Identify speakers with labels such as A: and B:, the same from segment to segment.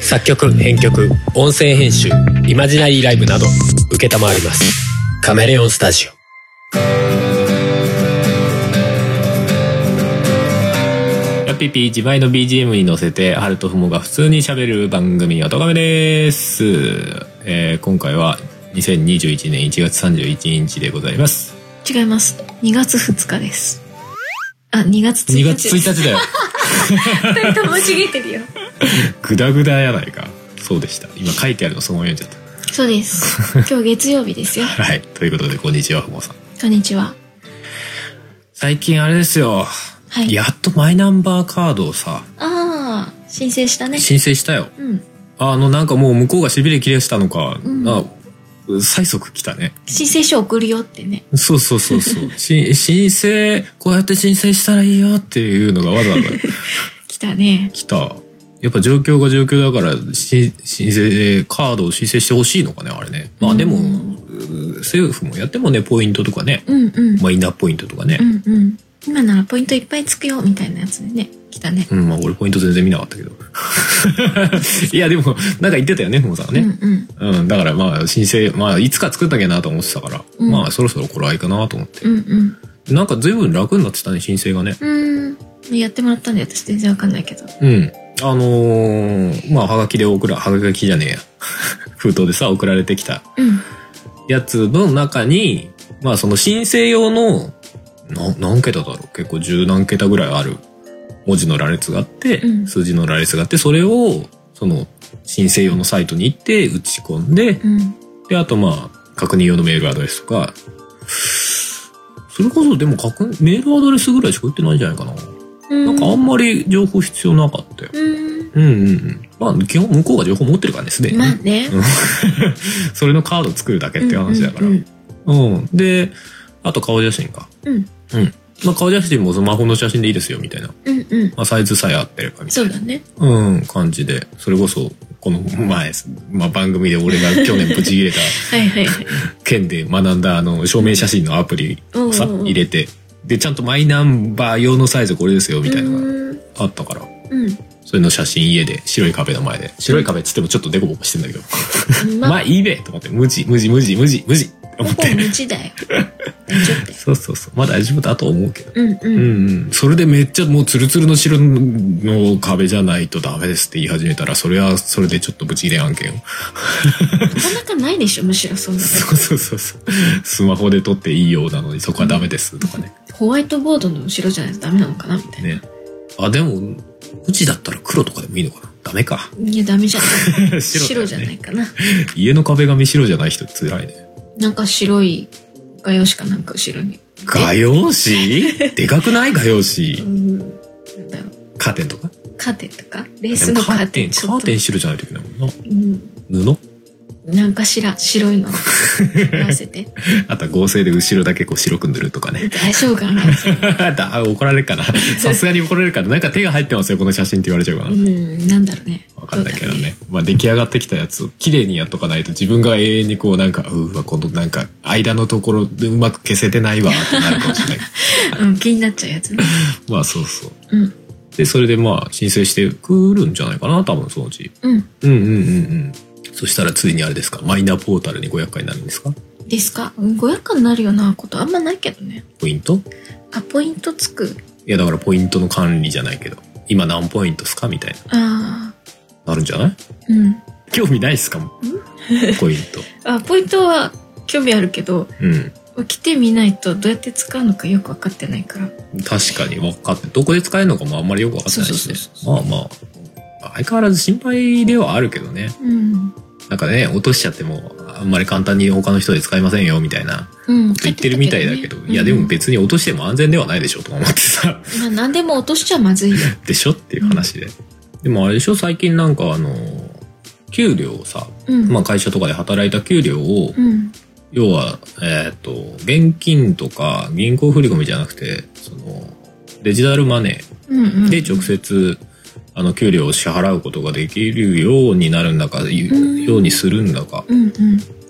A: 作曲編曲音声編集イマジナリーライブなど承りますカメレオンスタジオ
B: やっぴぴ自前の BGM に乗せてハルトフモが普通に喋る番組おとがめです、えー今回は2021年1月31日でございます
C: 違います。2月2日です。あ、2月
B: 2
C: 1日。
B: 月1日だ よ
C: 二人ともちぎってるよ。
B: グダグダやないかそうでした今書いてあるのそのまま読んじゃっ
C: そうです。 今日月曜日ですよ。
B: たはいということでこんにちはふもさん
C: こんにちは。
B: 最近あれですよ、
C: はい
B: やっとマイナンバーカードをさ
C: ああ、申請したね。
B: 申請したよ
C: うん。
B: あのなんかもう向こうがしびれ切れしたのか、
C: うん
B: あ催促来たね
C: 申請書送るよってね。
B: そうそうそう そう。し申請、こうやって申請したらいいよっていうのがわざわざ
C: 来たね。
B: 来た。やっぱ状況が状況だから、し申請、カードを申請してほしいのかね、あれね。まあでも、
C: うん
B: う政府もやってもね、ポイントとかね、
C: うんうん。
B: マイナポイントとかね
C: う。んうん。今ならポイントいっぱいつくよ、みたいなやつでね。来たね。
B: うん、まあ俺ポイント全然見なかったけど。 いやでも、なんか言ってたよね、ふもさんは
C: うんう
B: ね。
C: ん。
B: うん、だからまあ申請、まあいつか作んなきゃなと思ってたから、
C: うん
B: まあそろそろこれはいいかなと思って。
C: うんうん。
B: なんか随分楽になってたね、申請がね。
C: うーん。やってもらったんで私全然わかんないけど。
B: うん。あのーまあ、はがきで送ら、はがきじゃねえや。 封筒でさ、送られてきた
C: うん。
B: やつの中に、まあ、その申請用の、な何桁だろう結構十何桁ぐらいある文字の羅列があって、
C: うん
B: 数字の羅列があって、それを、その、申請用のサイトに行って打ち込んで、
C: うん。
B: で、あとまあ、確認用のメールアドレスとか、それこそでも確認、メールアドレスぐらいしか言ってないんじゃないかな。
C: うん。
B: なんかあんまり情報必要なかったよ。
C: うん。
B: うんうんうん。まあ、基本向こうが情報持ってるからね、すでにね。
C: まあね。
B: それのカード作るだけっていう話だから。
C: う
B: うん
C: うん
B: で、あと顔写真か。
C: うん。
B: うん。まあ、顔写真もスマホの写真でいいですよ、みたいな。
C: うんうんうん。
B: まあ、サイズさえ合ってれば、みたい
C: そうだね。
B: な。うん、感じで。それこそ、この前、まあ、番組で俺が去年ぶち切れた
C: はいはいはい。
B: 件で学んだ、あの、証明写真のアプリをさ、
C: うんうんうん
B: 入れて。で、ちゃんとマイナンバー用のサイズこれですよ、みたいなのが
C: うん
B: あったから。
C: うん。
B: それの写真家で、白い壁の前で。白い壁っつってもちょっとデコボコしてんだけど。
C: まあ、
B: まあ、いいべと思って、無地、無地、無地、無地、無地と思
C: ほ
B: っ
C: ぼ
B: て。
C: 無知だよ。大丈夫だよ。
B: そうそうそう。まあ大丈夫だと思うけど。
C: うん
B: う
C: うん。
B: んうん。それでめっちゃもうツルツルの白の壁じゃないとダメですって言い始めたら、それはそれでちょっとブチ切れ案件を。
C: なかなかないでしょ、むしろそんな。
B: そうそうそうそう。スマホで撮っていいようなのにそこはダメですとかね。
C: ホワイトボードの後ろじゃないとダメなのかなみたいな。
B: ね。あ、でも、無地だったら黒とかでもいいのかなダメか。
C: いや、ダメじゃな い。
B: 白。
C: 白じゃないいかな。
B: 家の壁紙白じゃない人辛いね。
C: なんか白い画用紙かなんか後ろに。
B: 画用 紙でかくない画用紙。
C: うん。なんだろう。
B: カーテンとか
C: カーテンとかレースのカーテン。
B: カーテン白じゃないといけないもんな。
C: うん。
B: 布
C: なんかしら、白いの。合わせて。
B: あとは合成で後ろだけこう白く塗るとか ね。
C: 大丈夫かな
B: だ怒られるかな。さすがに怒られるから、なんか手が入ってますよ、この写真って言われちゃうか
C: う
B: な。
C: ん、なんだろうね。
B: わかんないけどね。まあ出来上がってきたやつを綺麗にやっとかないと自分が永遠にこうなんか、うわ、このなんか間のところでうまく消せてないわってなるかもしれない。
C: そうだね。うん、気になっちゃうやつね。
B: まあそうそう。
C: うん。
B: で、それでまあ申請してくるんじゃないかな、多分そのうち。
C: うん。
B: うんうんうんうん。そしたらついにあれですか、マイナーポータルにご厄介になるんですか
C: ですかうん500巻になるようなことあんまないけどね
B: ポイント
C: あポイントつく
B: いやだからポイントの管理じゃないけど、今何ポイントっすかみたいな。
C: あ
B: なるんじゃない
C: ーうん
B: 興味ないっすかもポイント。
C: あポイントは興味あるけど
B: うん。
C: 来てみないとどうやって使うのかよく分かってないから
B: 確かに分かって、どこで使えるのかもあんまりよく分かってないしね
C: そうそう。
B: まあまあ、相変わらず心配ではあるけどね。
C: うん、
B: なんかね、落としちゃっても、あんまり簡単に他の人で使いませんよ、みたいな。
C: うん、
B: 言ってるみたいだけど、
C: ね
B: いやで
C: う
B: も
C: ん
B: 別に落としても安全ではないでしょ、とか思ってさ。
C: まあ、何でも落としちゃまずいよ
B: でしょっていう話で。でもあれでしょ、最近なんかあの、給料をさ、
C: うん
B: まあ会社とかで働いた給料を、
C: うん
B: 要は、えっ、と、現金とか銀行振り込みじゃなくて、その、デジタルマネ
C: うんう
B: ー
C: ん
B: で直接、あの、給料を支払うことができるようになるんだか、い
C: うん
B: ようにするんだか、
C: うんうん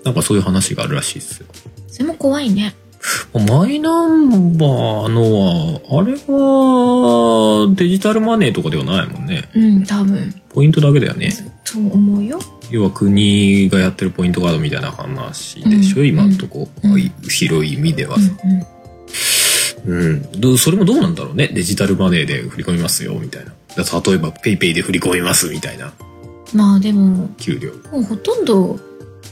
B: なんかそういう話があるらしいですよ。
C: それも怖いね
B: マイナンバーのは、あれは、デジタルマネーとかではないもんね。
C: うん、多分。
B: ポイントだけだよね。
C: そう思うよ。
B: 要は国がやってるポイントカードみたいな話でしょ、
C: うん
B: 今んとこ、
C: うん
B: 広い意味では
C: う
B: さ、
C: んうん。
B: うんどそれもどうなんだろうねデジタルマネーで振り込みますよみたいなだ例えば PayPay ペイペイで振り込みますみたいな
C: まあでも、
B: 給料
C: もうほとんど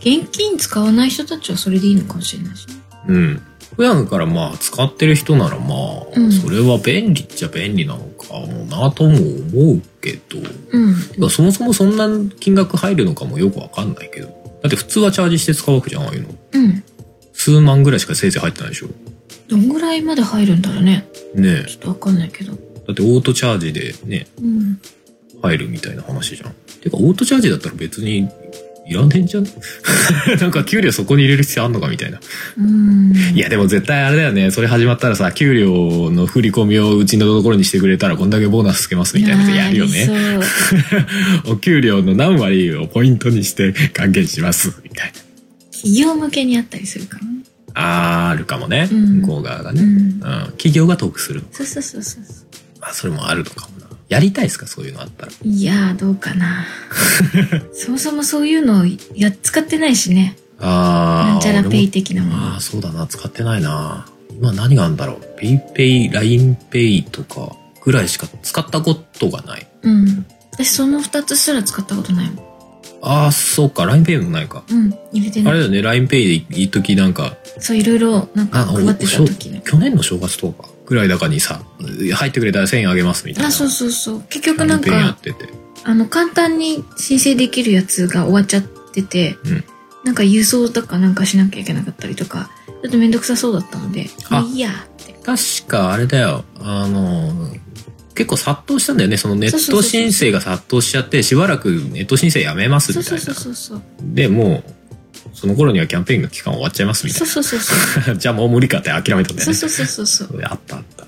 C: 現金使わない人たちはそれでいいのかもしれないしね。
B: うん普段からまあ使ってる人ならまあ、
C: うん
B: それは便利っちゃ便利なのかもなとも思うけど
C: うん。
B: てかそもそもそんな金額入るのかもよくわかんないけどだって普通はチャージして使うわけじゃんああいうの
C: うん。
B: 数万ぐらいしかせいぜい入ってないでしょ
C: どんぐらいまで入るんだろうね。
B: ねえ
C: ちょっとわかんないけど。
B: だってオートチャージでね
C: うん。
B: 入るみたいな話じゃん。てか、オートチャージだったら別にいらねえんじゃね なんか給料そこに入れる必要あんのかみたいな。
C: うん。
B: いや、でも絶対あれだよね。それ始まったらさ、給料の振り込みをうちのところにしてくれたらこんだけボーナスつけますみたいなことやるよね。
C: やりそう。
B: お給料の何割をポイントにして還元しますみたいな。
C: 企業向けにあったりするからね。
B: あーあるかもね。
C: うん
B: 向こう側が
C: う
B: ね。うん。
C: ん。
B: 企業が得する。
C: そうそうそうそう。
B: まあ、それもあるのかもな。やりたいですかそういうのあったら。
C: いやー、どうか な。そもそもそういうのや使ってないしね。
B: あー
C: なんちゃら
B: 俺も
C: ペイ的なもの。
B: ああ、そうだな。使ってないな。今何があるんだろう。ペイペイ、ラインペイとかぐらいしか使ったことがない。
C: うん。私その二つすら使ったことないもん。
B: ああ、そうか。ラインペイもないか。
C: うん。入れて
B: あれ
C: ない。
B: だよね。ラインペイで一時なんか、
C: そう、いろいろなんか
B: あお
C: 配ってた時ね。
B: 去年の正月とかぐらいだかにさ、入ってくれたら1000円あげますみたいな。
C: あ、そうそうそう。結局
B: ラ
C: な
B: イ
C: ん
B: ンペイやっ
C: か、
B: てて。
C: あの、簡単に申請できるやつが終わっちゃってて、
B: うん
C: なんか郵送とかなんかしなきゃいけなかったりとか、ちょっとめんどくさそうだったので、
B: あ
C: いいやって。
B: 確かあれだよ。あの、結構殺到したんだよね。そのネット申請が殺到しちゃって、しばらくネット申請やめます
C: そ
B: み
C: う
B: たい
C: そ
B: う
C: そ
B: な
C: う。そうそう。
B: で、もう、その頃にはキャンペーンが期間終わっちゃいますみたい
C: そう
B: な。
C: そうそうそう。
B: じゃあもう無理かって諦めたんだよね。
C: そうそうそうそうそう。
B: あったあった。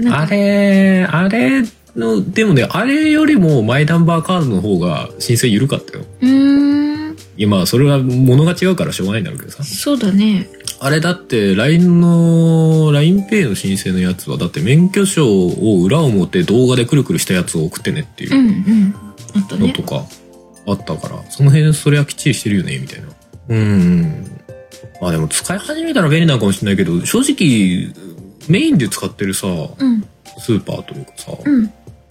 C: なんか
B: あれ、あれの、でもね、あれよりもマイナンバーカードの方が申請緩かったよ。
C: うーん。
B: いやまあそれは物が違うからしょうがないんだろうけどさ。
C: そうだね。
B: あれだって LINE の、LINEPay の申請のやつはだって免許証を裏表動画でくるくるしたやつを送ってねって
C: う
B: い
C: ん
B: う
C: うん。あと
B: の
C: ね
B: と。かあったから、その辺それはきっちりしてるよね、みたいな。うん。まあでも使い始めたら便利なのかもしれないけど、正直メインで使ってるさ、
C: うん
B: スーパーというかさ、
C: うん
B: ま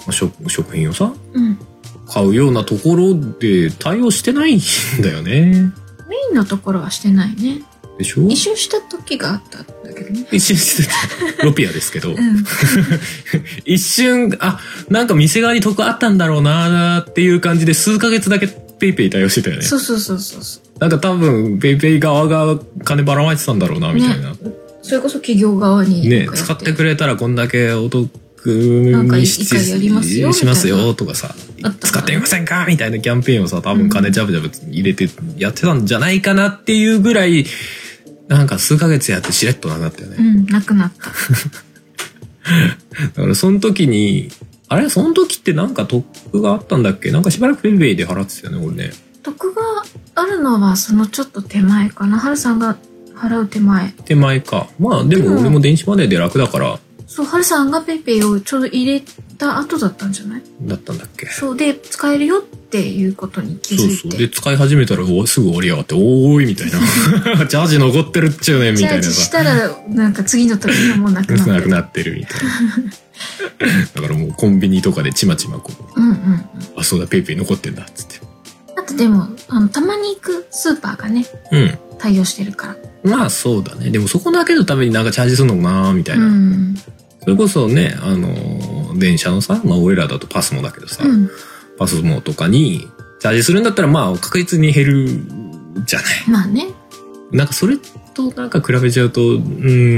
B: あ食食品をさ
C: うん。
B: 買うようなところで対応してないんだよね
C: メインのところはしてないね。
B: でしょ
C: 一周した時があったんだけどね。
B: 一瞬してたロピアですけ ど、
C: うん。
B: 一瞬あなんか店側に得あったんだろうなーっていう感じで数ヶ月だけペイペイ対応してたよね
C: そうそうそうそうそう。
B: なんか多分ペイペイ側が金ばらまいてたんだろうなみたいな
C: それこそ企業側に
B: ね
C: なんかや
B: 使ってくれたらこんだけお得
C: なんか
B: にし
C: 一回やりますよ
B: します
C: みたい
B: よとかさ
C: あったかな
B: 使ってみませんかみたいなキャンペーンをさ多分金ジャブジャブ入れてやってたんじゃないかなっていうぐらいなんか数ヶ月やってしれっとなくなったよね、
C: うん、なくなった。
B: だからその時にあれその時ってなんか得があったんだっけなんかしばらくペイペイで払ってたよね俺ね
C: 得があるのはそのちょっと手前かな。はるさんが払う手前。
B: 手前かまあで
C: で
B: も
C: も
B: 俺も電子マネーで楽だから
C: そう、はるさんがペイペイをちょうど入れた後だったんじゃない
B: だったんだっけ
C: そうで、使えるよっていうことに気づいて。
B: そうそうで使い始めたらおすぐ終わりやがって「おーい」みたい な「ジャージ残ってるっちゅうねん」み
C: チ
B: たい
C: ャー
B: な
C: ジし
B: さ
C: たら、なんか次の時にはもうなくなってる。
B: なくなってるみたいなだからもうコンビニとかでちまちまこう
C: うんうんうん。
B: 「あそうだペイペイ残ってんだ」っつっ
C: あとでも、あの、たまに行くスーパーがね、
B: て
C: 対応してるから。
B: うんまあそうだねでもそこだけのためになんかチャージするのもなーみたいな、
C: うん。
B: それこそねあのー電車のさ、まあ、俺らだとパスモだけどさ、
C: うん。
B: パスモとかにチャージするんだったらまあ確実に減るじゃない
C: まあね。
B: なんかそれとなんか比べちゃうと、う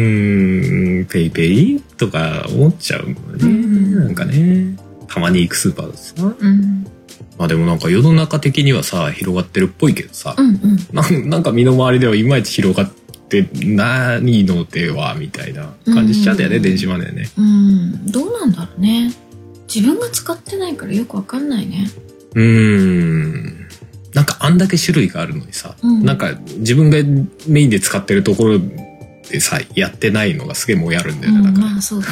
B: ーん、ペイペイとか思っちゃうのね、
C: うん
B: なんかね。たまに行くスーパーだとさ。
C: うん。
B: まあでもなんか世の中的にはさ、広がってるっぽいけどさ
C: う、んうん。
B: なんなんか身の回りではいまいち広がってないのでは、みたいな感じしちゃうんだよね、
C: うん
B: 電子マネーね。
C: うん。どうなんだろうね。自分が使ってないからよくわかんないね。
B: うーん。なんかあんだけ種類があるのにさ、
C: うん
B: なんか自分がメインで使ってるところってさ、やってないのがすげえもやるんだ
C: う
B: よね。なん
C: ん、
B: か
C: まあそうだ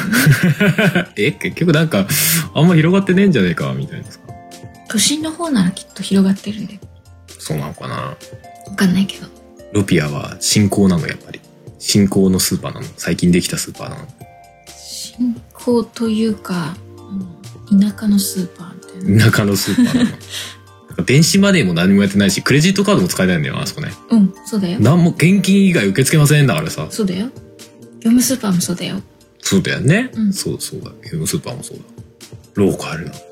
C: ね。
B: え、結局なんか、あんま広がってねえんじゃねえか、みたいなさ。
C: 都心の方ならきっと広がってるんで。
B: そうなのかな。
C: わかんないけど。
B: ルピアは新興なの、やっぱり。新興のスーパーなの。最近できたスーパーなの。
C: 新興というか、うん田舎のスーパーみたいな。
B: 田舎のスーパー なの。なんか電子マネーも何もやってないし、クレジットカードも使えないんだよ、あそこね。
C: うん、そうだよ。
B: なんも、現金以外受け付けませんだからさ。
C: そうだよ。業務スーパーもそうだよ。
B: そうだよね。
C: うん
B: そうそうだ。ゲームスーパーもそうだ。ローカルなのか。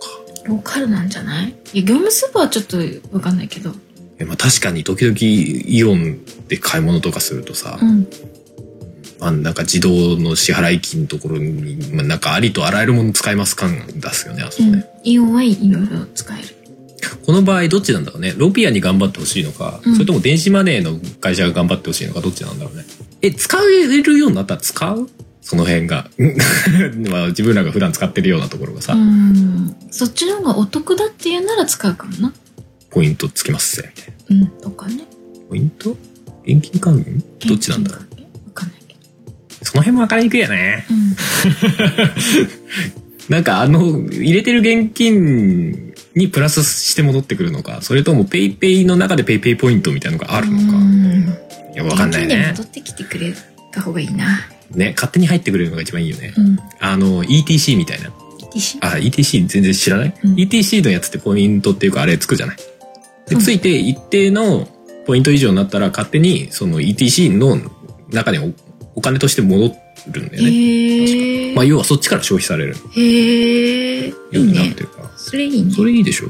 C: ローカルなんじゃないいや、業務スーパーはちょっとわかんないけど。
B: えまあ、確かに時々イオンで買い物とかするとさ、
C: うん。
B: まあ、なんか自動の支払い機のところに、まあ、なんかありとあらゆるもの使います感出すよね、あそうこ
C: ん
B: ね。。
C: イオンはいろいろ使える。
B: この場合どっちなんだろうね。ロピアに頑張ってほしいのか、
C: うん
B: それとも電子マネーの会社が頑張ってほしいのか、どっちなんだろうね。え、使えるようになったら使うその辺が。 うんまあ自分らが普段使ってるようなところがさ、
C: うん。そっちの方がお得だっていうなら使うかもな。
B: ポイントつきますぜ、みたいな。
C: うん。とかね。
B: ポイント現金還元どっちなんだろう
C: 現金関係わかんないけど。
B: その辺も分かりにくいよね。
C: うん。
B: なんかあの、入れてる現金にプラスして戻ってくるのか、それともペイペイの中でペイペイポイントみたいなのがあるの
C: う
B: か。
C: ん
B: いや、わかんない
C: 現金で
B: ね
C: 戻。ってきてくれた方がいいな。
B: ね、勝手に入ってくれるのが一番いいよね
C: う。ん。
B: あの、ETC みたいな。
C: ETC?
B: あ、ETC 全然知らない、
C: うん
B: ?ETC のやつってポイントっていうかあれつくじゃないで、
C: うん
B: ついて一定のポイント以上になったら勝手にその ETC の中におお金として戻るんだよね。
C: へえ。
B: まあ、要はそっちから消費されるよ
C: へえ。いうい
B: になって
C: ね。
B: るから。
C: それいいね。
B: それいいでしょ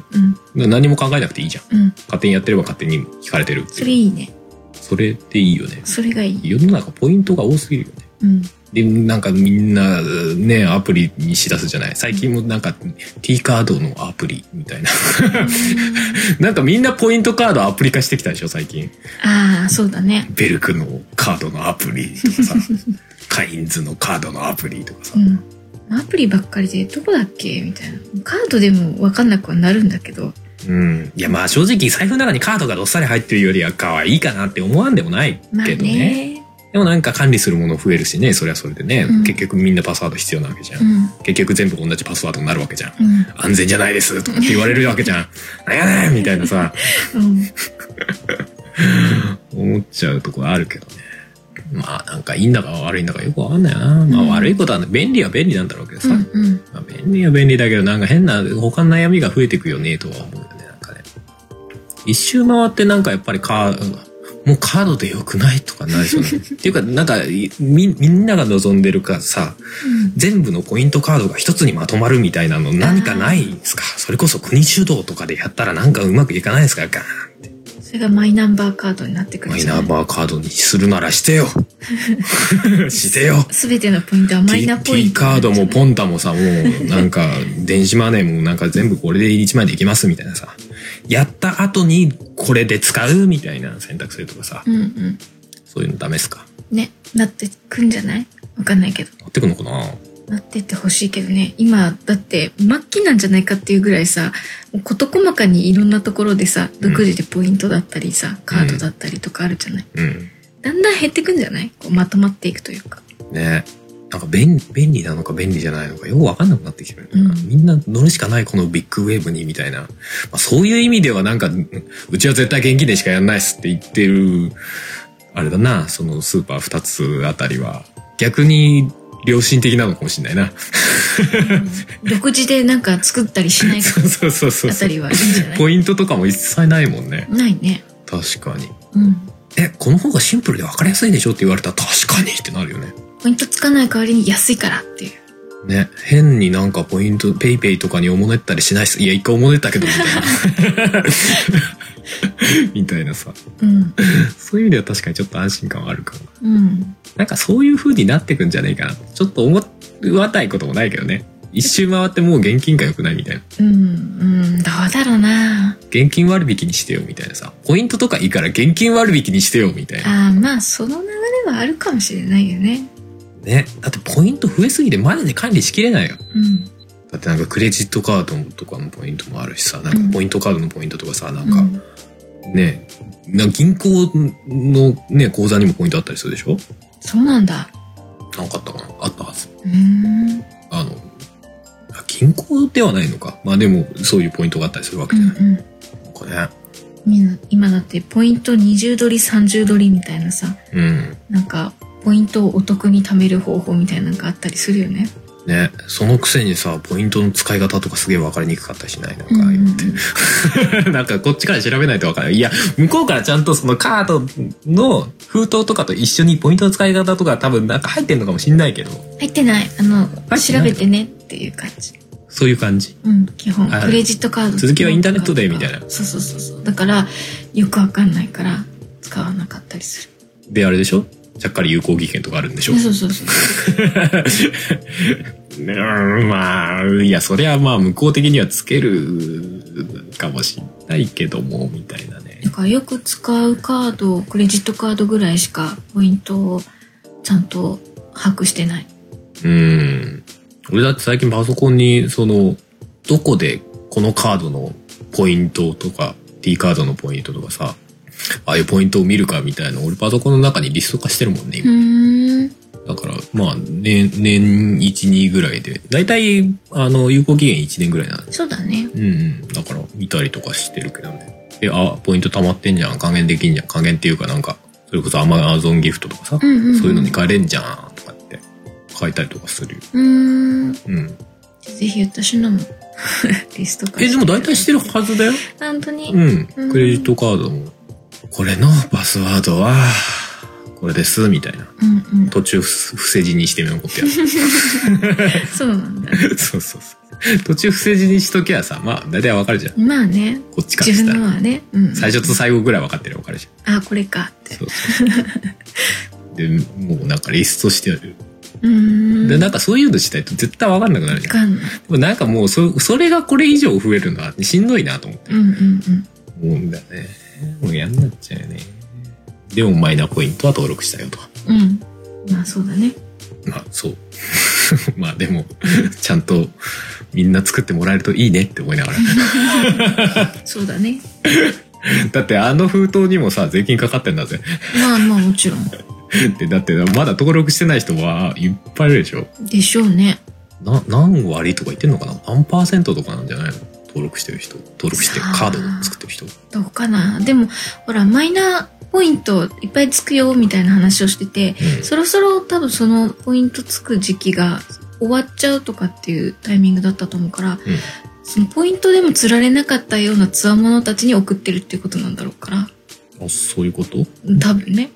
C: うん。
B: 何も考えなくていいじゃん。
C: うん。
B: 勝手にやってれば勝手に引かれてるっていう
C: それいいね。
B: それでいいよね
C: それがいい。
B: 世の中ポイントが多すぎるよね
C: うん。
B: でなんかみんなねアプリにしだすじゃない最近もなんか T カードのアプリみたいな なんかみんなポイントカードアプリ化してきたでしょ最近
C: ああ、そうだね。
B: ベルクのカードのアプリと かさカインズのカードのアプリとかさ、
C: うん。アプリばっかりでどこだっけみたいな。カードでもわかんなくはなるんだけど。
B: うん、いやまあ正直財布の中にカードがどっさり入ってるよりは可愛いかなって思わんでもない
C: まあ
B: けどね,、
C: ね。
B: でもなんか管理するもの増えるしねそれはそれでね、
C: うん
B: 結局みんなパスワード必要なわけじゃん
C: う、ん。
B: 結局全部同じパスワードになるわけじゃん
C: うん。
B: 安全じゃないですとかって言われるわけじゃん。なんやねんみたいな さ、
C: うん。
B: 思っちゃうとこあるけどね。まあなんかいいんだか悪いんだかよくわかんないな。まあ
C: うん
B: 悪いことはね、便利は便利なんだろうけどさ。
C: うん。うん。
B: まあ便利は便利だけどなんか変な他の悩みが増えてくよねとは思うよね、なんかね。一周回ってなんかやっぱりカーもうカードでよくないとかなりそうな。っていうかなんかみみんなが望んでるかさ、全部のポイントカードが一つにまとまるみたいなの何かないんですかそれこそ国主導とかでやったらなんかうまくいかないですかガーンって
C: それがマイナンバーカードになってくる
B: マ
C: ん
B: イ
C: じゃ
B: ナ
C: ない
B: ンバーカードにするならしてよ してよ
C: すべてのポイントはマイ
B: T,
C: ナポイ
B: T
C: ントに
B: カ
C: な
B: ー
C: っちゃ
B: ド
C: う。
B: もポンタもさもうなんか電子マネーもなんか全部これで1枚でいきますみたいなさやった後にこれで使うみたいな選択するとかさ
C: うんうん。
B: そういうのダメっすか
C: ね。なってくんじゃないわかんないけど。
B: 持ってくのかな
C: なってってほしいけどね今だって末期なんじゃないかっていうぐらいさもう事細かにいろんなところでさ独自でポイントだったりさ、カードだったりとかあるじゃない、
B: うん
C: だんだん減ってくんじゃないこうまとまっていくという か
B: ねなんか便便利なのか便利じゃないのかよくわかんなくなってきてる、
C: うん
B: みんな乗るしかないこのビッグウェーブにみたいな、まあ、そういう意味ではなんかうんうちは絶対現金でしかやんないっすって言ってるあれだなそのスーパー2つあたりは逆に良心的なのかもしれない な
C: 独自でなんか作ったりしない
B: そうそうそうそう
C: あたりはいいんじゃない
B: ポイントとかも一切ないもんね
C: ないね
B: 確かに
C: うん
B: えこの方がシンプルで分かりやすいでしょって言われたら確かにってなるよね
C: ポイントつかない代わりに安いからっていう
B: ね、変になんかポイント、ペイペイとかにおもねったりしないっす。いや、一回おもねったけど、みたいな。みたいなさ。
C: うん
B: そういう意味では確かにちょっと安心感はあるかも。
C: うん
B: なんかそういう風になってくんじゃないかな。ちょっと思わないこともないけどね。一周回ってもう現金が良くないみたいな。
C: うんうんどうだろうな
B: 現金割引にしてよ、みたいなさ。ポイントとかいいから現金割引にしてよ、みたいな。
C: あーまあその流れはあるかもしれないよね
B: ね。だってポイント増えすぎてマジで管理しきれないよ。
C: うん
B: だってなんかクレジットカードとかのポイントもあるしさ、なんかポイントカードのポイントとかさ、なんか、
C: うん
B: ねなんか銀行のね、口座にもポイントあったりするでしょ
C: そうなんだ。
B: なかったかなあったはず。
C: うーん。
B: あの、あ銀行ではないのか。まあでも、そういうポイントがあったりするわ
C: う
B: け
C: ん
B: じゃない。
C: うん。
B: これね。
C: みんな、今だってポイント20ドリ、30ドリみたいなさ、
B: うん。
C: なんか、ポイントをお得に貯める方法みたいなのがあったりするよね。
B: ね、そのくせにさ、ポイントの使い方とかすげえ分かりにくかったりしないなんか、
C: うんうん
B: 言って。 なんかこっちから調べないと分からない。いや、向こうからちゃんとそのカードの封筒とかと一緒にポイントの使い方とか多分なんか入ってんのかもしんないけど、
C: 入ってない。あの、
B: ない
C: 調べてねっていう感じ。
B: そういう感じ。
C: うん、基本。
B: あ
C: クレジットカード
B: 続きはインターネットでみたいな
C: そうそうそうそう。だから、よくわかんないから、使わなかったりする。
B: で、あれでしょちゃっかり有効期限とかあるんでしょ
C: そうそうそう。
B: うーんまあ、いや、そりゃまあ、向こう的にはつけるかもしんないけども、みたいなね
C: だ。からよく使うカード、クレジットカードぐらいしかポイントをちゃんと把握してない。
B: うん。俺だって最近パソコンに、その、どこでこのカードのポイントとか、T カードのポイントとかさ、ああいうポイントを見るかみたいな、俺パソコンの中にリスト化してるもんね、
C: う
B: 今。
C: ーん。
B: だから、まあ、年、年1、2ぐらいで、だいたい、あの、有効期限1年ぐらいなんで
C: そうだね。
B: うんうん。だから見たりとかしてるけどね。で、あ、ポイント溜まってんじゃん。還元できんじゃん。還元っていうかなんか、それこそ Amazon ギフトとかさ、
C: うんうん、うん。
B: そういうのに買えれんじゃんとかって書いたりとかするよ。
C: うーん。ぜ
B: うん。
C: ひ私のも リスト化
B: え、でも大体してるはずだよ。
C: 本当に、
B: うん。
C: うん
B: クレジットカードも。これのパスワードは、これです、みたいな。
C: うん、うん
B: 途中ふ、伏せ字にしてみようってや つ。
C: そうなんだ。
B: そうそうそう。途中伏せ字にしときゃさ、まあ、大体わかるじゃん。こ
C: まあね。
B: っちから
C: 自
B: した
C: 分の
B: ら。
C: はね。うん。
B: 最初と最後ぐらいわかってるわかるじゃん。
C: あ、これかって。
B: そうそうでもうなんかリストしてある、
C: うーん。
B: でなんかそういうのしたいと絶対分かんなくなる
C: わ
B: じゃんで
C: かんない。
B: もなんかもうそそれがこれ以上増えるのはしんどいなと思って
C: うんうんうん。
B: 思うんだよねもう嫌になっちゃうよねでもマイナポイントは登録したよと
C: うん。まあそうだね。
B: まあそう まあでもちゃんとみんな作ってもらえるといいねって思いな がら
C: そうだね。
B: だってあの封筒にもさ税金かかってんだぜ
C: まあまあもちろん。
B: でだってまだ登録してない人はいっぱいいるでしょ
C: でしょうね。
B: な何割とか言ってんのかな何パーセントとかなんじゃないの登録してる人登録して
C: さあ
B: カードを作ってる人
C: どうかな。でも、ほら、マイナポイントいっぱいつくよ、みたいな話をしてて、そろそろ多分そのポイントつく時期が終わっちゃうとかっていうタイミングだったと思うから、そのポイントでも釣られなかったような強者たちに送ってるっていうことなんだろうから、
B: うんあそういうこと
C: 多分ね。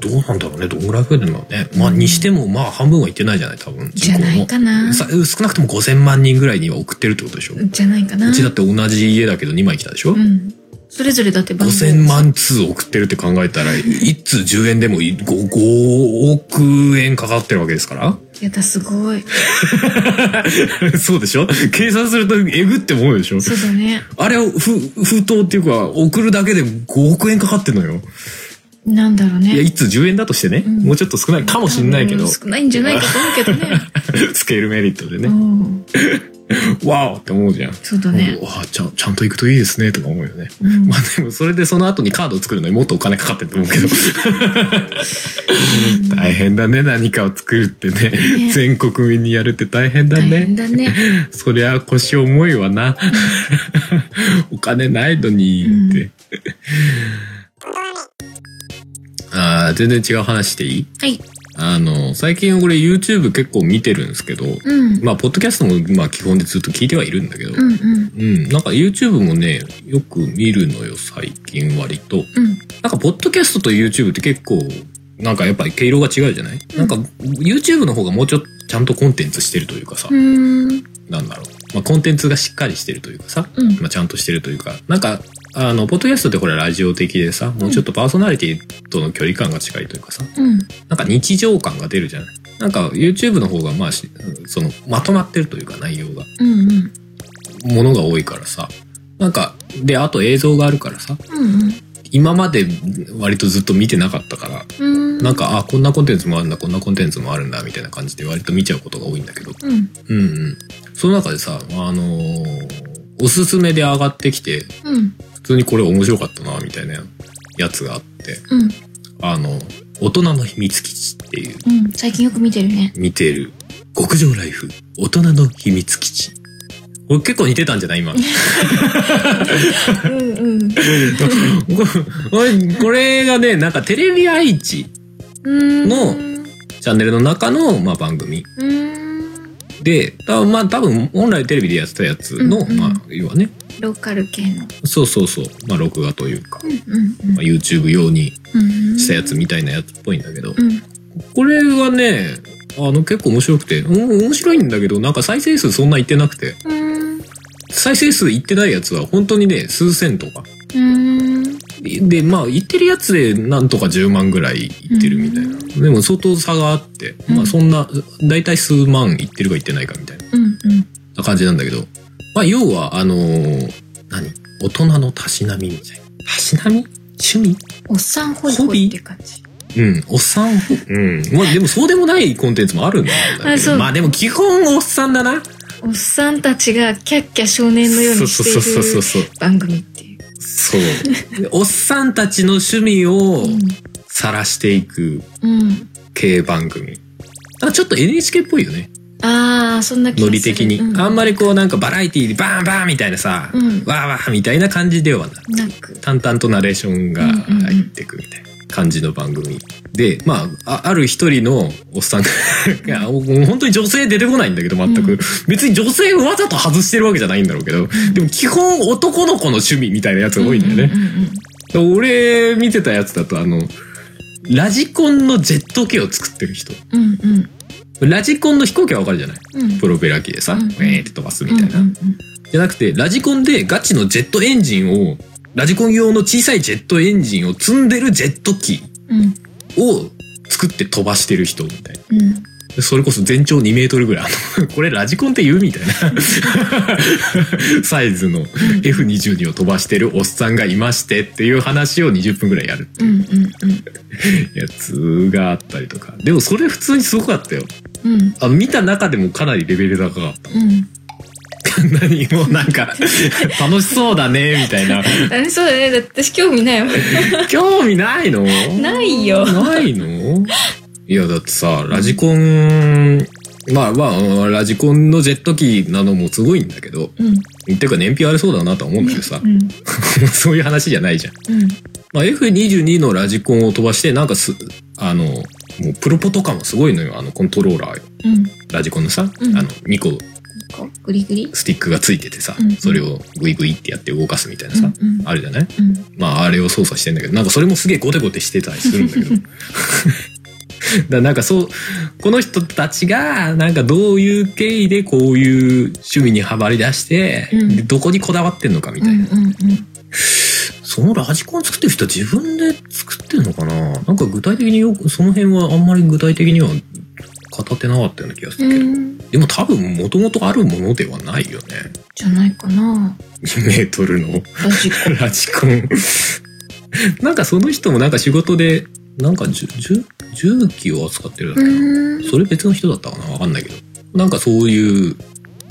B: どうなんだろうねどんぐらい増えてるんだろうねまあ
C: うん
B: にしてもまあ半分はいってないじゃない多分
C: じゃないかな。
B: さ少なくとも5000万人ぐらいには送ってるってことでしょ、う
C: じゃないかな。
B: ちだって同じ家だけど2枚来たでしょ、
C: うん。それぞれだって番号
B: 5000万通送ってるって考えたら、1通10円でも 5, 億円かかってるわけですから
C: やだ、すごい。
B: そうでしょ計算するとえぐって思うでしょ
C: そうだね。
B: あれをふ封筒っていうか送るだけで5億円かかってんのよ。
C: なんだろうね。
B: いや、いつ10円だとしてね、
C: うん
B: もうちょっと少ないかもしんないけど
C: 多、分少ないんじゃないかと思うけど ね。
B: スケールメリットで
C: う
B: ね、
C: ん。
B: わーって思うじゃん。
C: そうだね。
B: わあちゃん、ちゃんと行くといいですね、とか思うよね。
C: うん
B: まあでも、それでその後にカードを作るのにもっとお金かかってると思うけど。大変だね、何かを作るってね。
C: ね
B: 全国民にやるって大変だ
C: 大
B: ね
C: 変。だね。
B: そりゃ腰重いわな。お金ないのにって。ああ、全然違う話していい
C: はい。
B: あの、最近俺 YouTube 結構見てるんですけど、
C: うん。
B: まあ、ポッドキャストもまあ基本でずっと聞いてはいるんだけど、
C: うんうん。
B: うん、なんか YouTube もね、よく見るのよ、最近割と。
C: うん。
B: なんか、ポッドキャストと YouTube って結構、なんかやっぱり毛色が違うじゃない、なんか、YouTube の方がもうちょっとちゃんとコンテンツしてるというかさ、
C: うーん。
B: なんだろう。まあ、コンテンツがしっかりしてるというかさ、
C: うん
B: まあ、ちゃんとしてるというか、なんか、あの、ポッドキャストってほら、ラジオ的でさ、もうちょっとパーソナリティとの距離感が近いというかさ、
C: うん。
B: なんか日常感が出るじゃないなんか YouTube の方が、まあし、その、まとまってるというか、内容が、
C: うんうん。
B: ものが多いからさ、なんか、で、あと映像があるからさ、
C: うん
B: 今まで割とずっと見てなかったから、
C: うん。
B: なんか、あ、こんなコンテンツもあるんだ、こんなコンテンツもあるんだ、みたいな感じで割と見ちゃうことが多いんだけど、
C: うん。
B: うんうん。その中でさ、あのーおすすめで上がってきて、
C: うん。
B: 普通にこれ面白かったな、みたいなやつがあって、
C: うん。
B: あの、大人の秘密基地っていう、
C: うん、最近よく見てるね。
B: 見てる。極上ライフ、大人の秘密基地。俺結構似てたんじゃない 今。
C: うんうん。
B: 俺これがね、なんかテレビ愛知
C: うん。
B: の
C: う
B: チャンネルの中の、まあ、番組。
C: ん。
B: で、たまあ多分本来テレビでやってたやつの、
C: うんうん
B: まあ要はね、
C: ローカル系の。
B: そうそうそう、まあ録画というか、
C: うんうん
B: まあ、YouTube 用に
C: うん。
B: したやつみたいなやつっぽいんだけど、
C: うん。
B: これはね、あの結構面白くて、うん面白いんだけど、なんか再生数そんないってなくて、
C: うん。
B: 再生数いってないやつは本当にね、数千とか。
C: うん。
B: で、まあ、いってるやつでなんとか10万ぐらいいってるみたいな。でも相当差があって、まあそんな、だいたい数万いってるかいってないかみたいな。
C: うん
B: な感じなんだけど、まあ、要は、あのー何大人のたしなみみたいな。たしなみ趣味
C: おっさんホイホイって感じ。
B: うん。おっさん、うん。まあ、でもそうでもないコンテンツもあるんだけど
C: あそう
B: まあでも基本おっさんだな。
C: おっさんたちがキャッキャ少年のよう
B: そう
C: に
B: そうそう
C: して
B: そ
C: いうる
B: そう。
C: 番組っていう。
B: そう。おっさんたちの趣味を
C: う
B: 晒していく
C: ん。うん。
B: 系番組。なんかちょっと NHK っぽいよね。
C: ああ、そんな気がする
B: ノリ的に。
C: う
B: あんまりこうなんかバラエティでバーンバーンみたいなさ、
C: うん
B: わーわーみたいな感じではない。
C: なく。
B: 淡々とナレーションが入ってくみたいな感じの番組でまああある一人のおっさんがいやもう本当に女性出てこないんだけど全く、
C: うん
B: 別に女性をわざと外してるわけじゃないんだろうけどでも基本男の子の趣味みたいなやつが多いんだよね、俺見てたやつだとあのラジコンのジェット機を作ってる人
C: うんうんうん。うん
B: ラジコンの飛行機はわかるじゃない
C: うん。うん
B: プロペラ機でさ、
C: うん
B: ウェーって飛ばすみたいな、
C: うんうん
B: じゃなくて、ラジコンでガチのジェットエンジンを、ラジコン用の小さいジェットエンジンを積んでるジェット機
C: うん
B: を作って飛ばしてる人みたいな。
C: うん。
B: でそれこそ全長2メートルぐらい。 あのこれラジコンって言うみたいな。 サイズの F22 を飛ばしてるおっさんがいましてっていう話を20分ぐらいやる
C: うんうん
B: やつがあったりとか。でもそれ普通にすごかったよ。
C: うん。うん
B: あの見た中でもかなりレベル高かった。
C: うん。
B: 何もうなんか、楽しそうだね、みたいな。
C: あそうだね。だって私興味ないもん。
B: 興味ないの
C: ないよ
B: ないのいやだってさラジコンまあまあラジコンのジェット機なのもすごいんだけど
C: う
B: っ
C: ん。
B: ていうか燃費ありそうだなとは思うんだけどさ
C: うん。
B: そういう話じゃないじゃん、
C: うん。
B: まあ、F22 のラジコンを飛ばしてなんかすあのもうプロポとかもすごいのよあのコントローラー
C: うん。
B: ラジコンのさ、
C: うん
B: あの2個
C: こう、グリグリ。
B: スティックがついててさ、
C: うん
B: それをグイグイってやって動かすみたいな
C: う
B: さ、
C: んうん。
B: あるじゃない
C: うん。
B: まあ、あれを操作してんだけど、なんかそれもすげえゴテゴテしてたりするんだけど。だ からなんかそう、この人たちが、なんかどういう経緯でこういう趣味にはまり出して、
C: うん
B: でどこにこだわってんのかみ
C: う
B: たいな。
C: んうんうん。
B: そのラジコン作ってる人は自分で作ってんのかななんか具体的によく、その辺はあんまり具体的には語ってなかったような気がするけど。
C: うん。
B: でも多分元々あるものではないよね。
C: じゃないかな。
B: 2メートルの。
C: ラジコ
B: ラジコン。なんかその人もなんか仕事で、なんかじゅじゅ重機を扱ってるだ
C: ン。
B: けな。
C: うん。
B: それ別の人だったかなわかんないけど。なんかそういう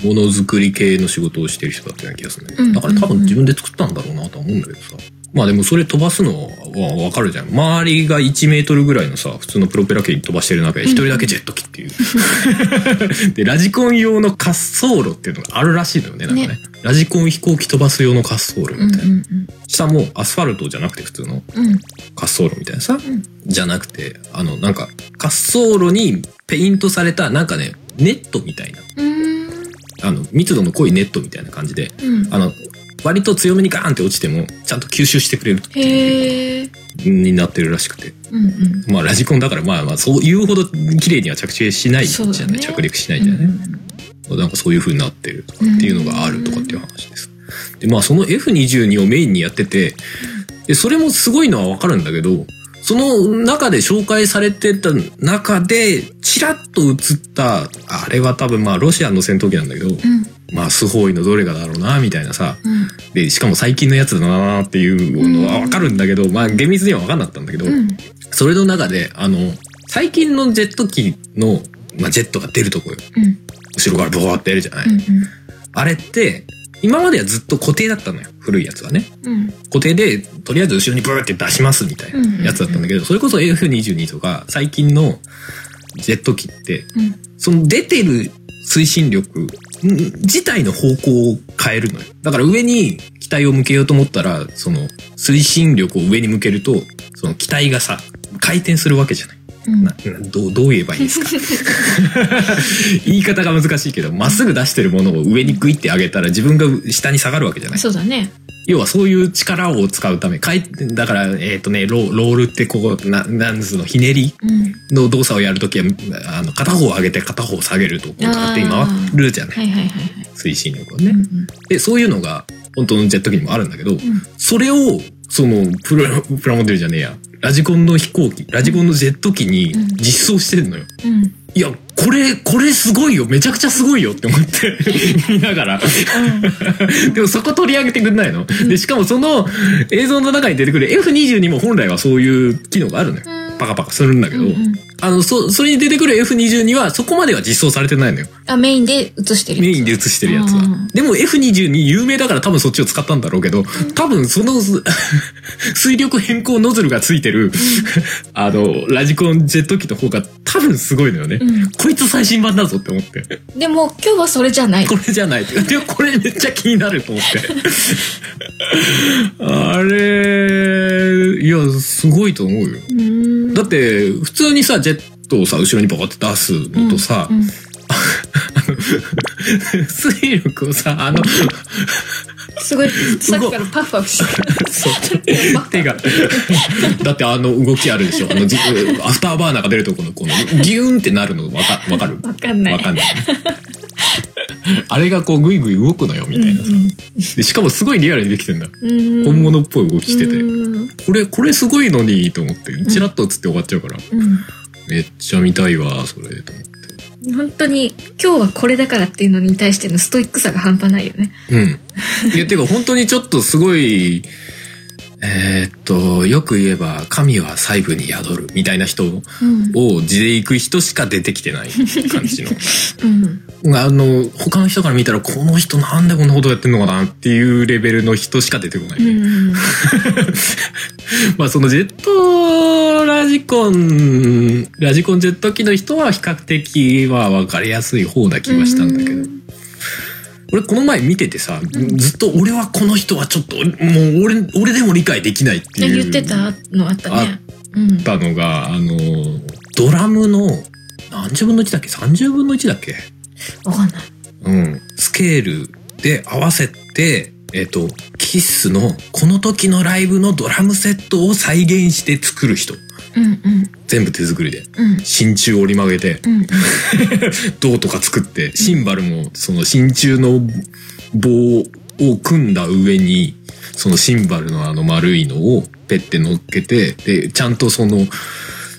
B: ものづくり系の仕事をしてる人だったような気がするんだけ
C: うんう
B: ど。
C: ん
B: だから多分自分で作ったんだろうなとは思うんだけどさ。まあでもそれ飛ばすのはわかるじゃん。周りが1メートルぐらいのさ、普通のプロペラ機飛ばしてる中で一人だけジェット機っていう。 で、ラジコン用の滑走路っていうのがあるらしいのよね、なんかね。
C: ね
B: ラジコン飛行機飛ばす用の滑走路みた
C: う
B: い
C: ん
B: な。
C: うん
B: 下もアスファルトじゃなくて普通の
C: うん。うん。
B: 滑走路みたいなさ、
C: ん
B: じゃなくてあのなんか滑走路にペイントされたなんかねネットみたいな
C: うん。
B: あの密度の濃いネットみたいな感じで
C: うん。
B: あの割と強めにガーンって落ちてもちゃんと吸収してくれるっていう
C: へえ。
B: になってるらしくて
C: うんうん。
B: まあラジコンだからまあまあそういうほど綺麗には着地しないじゃ
C: そう
B: な
C: だ
B: い、
C: ね
B: 着陸しないじゃない、なんかそういう風になってるとかっていうのがあるとかっていう話です。で、まあその F22 をメインにやってて、で、それもすごいのはわかるんだけど、その中で紹介されてた中で、チラッと映った、あれは多分まあロシアの戦闘機なんだけど、
C: うん
B: まあスホイのどれかだろうな、みたいなさ。
C: うん
B: で、しかも最近のやつだなっていうのはわかるんだけど、まあ厳密にはわかんなかったんだけど、
C: うん
B: それの中で、あの、最近のジェット機の、まあジェットが出るとこよ。
C: うん
B: 後ろからボワーってやるじゃない、
C: うん
B: あれって、今まではずっと固定だったのよ。古いやつはね。
C: うん。
B: 固定で、とりあえず後ろにブーって出しますみたいなやつだったんだけど、それこそ F22 とか、最近のジェット機って、
C: うん。
B: その出てる推進力自体の方向を変えるのよ。だから上に機体を向けようと思ったら、その推進力を上に向けると、その機体がさ、回転するわけじゃない。
C: うん。
B: ななどう、どう言えばいい ですか言い方が難しいけど、まっすぐ出してるものを上にグイって上げたら自分が下に下がるわけじゃない。
C: そうだね。
B: 要はそういう力を使うため、回転だから、えっ、とねロー、ロールってこう、ななんつうの、ひねり
C: うん。
B: の動作をやるときは、あの、片方上げて片方下げると、こう回って回るじゃない、
C: はいはいはいはい。
B: 推進力を
C: うん
B: ね。で、そういうのが、本当のジェット機にもあるんだけど、
C: うん。
B: それを、その、プラ、プラモデルじゃねえや、ラジコンの飛行機、ラジコンのジェット機に
C: うん
B: 実装してんのよ。
C: うん。うん。
B: いや、これ、これすごいよ、めちゃくちゃすごいよって思って、 見ながら。 でもそこ取り上げてくんないの、で、しかもその映像の中に出てくる F22 も本来はそういう機能があるのよ。
C: うん
B: パカパカするんだけど、
C: うんうん
B: あの、そ、それに出てくる F22 はそこまでは実装されてないのよ。
C: あ、メインで映してる
B: メ
C: やつ。
B: インで映してるやつは
C: うん。
B: でも F22 有名だから多分そっちを使ったんだろうけど、多分その 水力変更ノズルがついてる、あの、ラジコンジェット機の方が多分すごいのよね。
C: うん
B: こいつ最新版だぞって思って。
C: でも今日はそれじゃない。
B: これじゃない。でもこれめっちゃ気になると思って。 あれ、いや、すごいと思うよ。
C: うーん
B: だって、普通にさ、ジェットをさ、後ろにバカって出すのとさ、
C: うんうん
B: 水力をさ、あの、
C: すごい、さっきからパフパフしてる。
B: 手 が。だってあの動きあるでしょ。あのじアフターバーナーが出るとこの、この、ギューンってなるのわかわかる
C: わかんない。
B: わかんない。あれがこうグイグイ動くのよみたいなさ、でしかもすごいリアルにできてんだ
C: うん
B: 本物っぽい動きしてて、
C: うん
B: これこれすごいのにと思ってチラッと映って終わっちゃうから、
C: う
B: めっちゃ見たいわそれと思って
C: ん。本当に今日はこれだからっていうのに対してのストイックさが半端ないよね。
B: うんいやてか本当にちょっとすごいえーっとよく言えば神は細部に宿るみたいな人を
C: うん。
B: 地で行く人しか出てきてない感じの
C: うん。
B: あの他の人から見たらこの人なんでこんなことやってんのかなっていうレベルの人しか出てこない、
C: うん。
B: まあそのジェットラジコン、ラジコンジェット機の人は比較的は分かりやすい方な気はしたんだけど。俺この前見ててさ、
C: ん
B: ずっと俺はこの人はちょっと、もう俺、俺でも理解できないっていう。
C: 言ってたのあったね。うん。
B: たのが、あの、ドラムの何十分の1だっけ ?30 分の1だっけ
C: わかんない。
B: うん。スケールで合わせて、えっ、と、キッスのこの時のライブのドラムセットを再現して作る人。
C: うんうん。
B: 全部手作りで。
C: うん。
B: 真鍮折り曲げて
C: うん。
B: 銅とか作ってシンバルもその真鍮の棒を組んだ上にそのシンバルのあの丸いのをペッて乗っけてでちゃんとその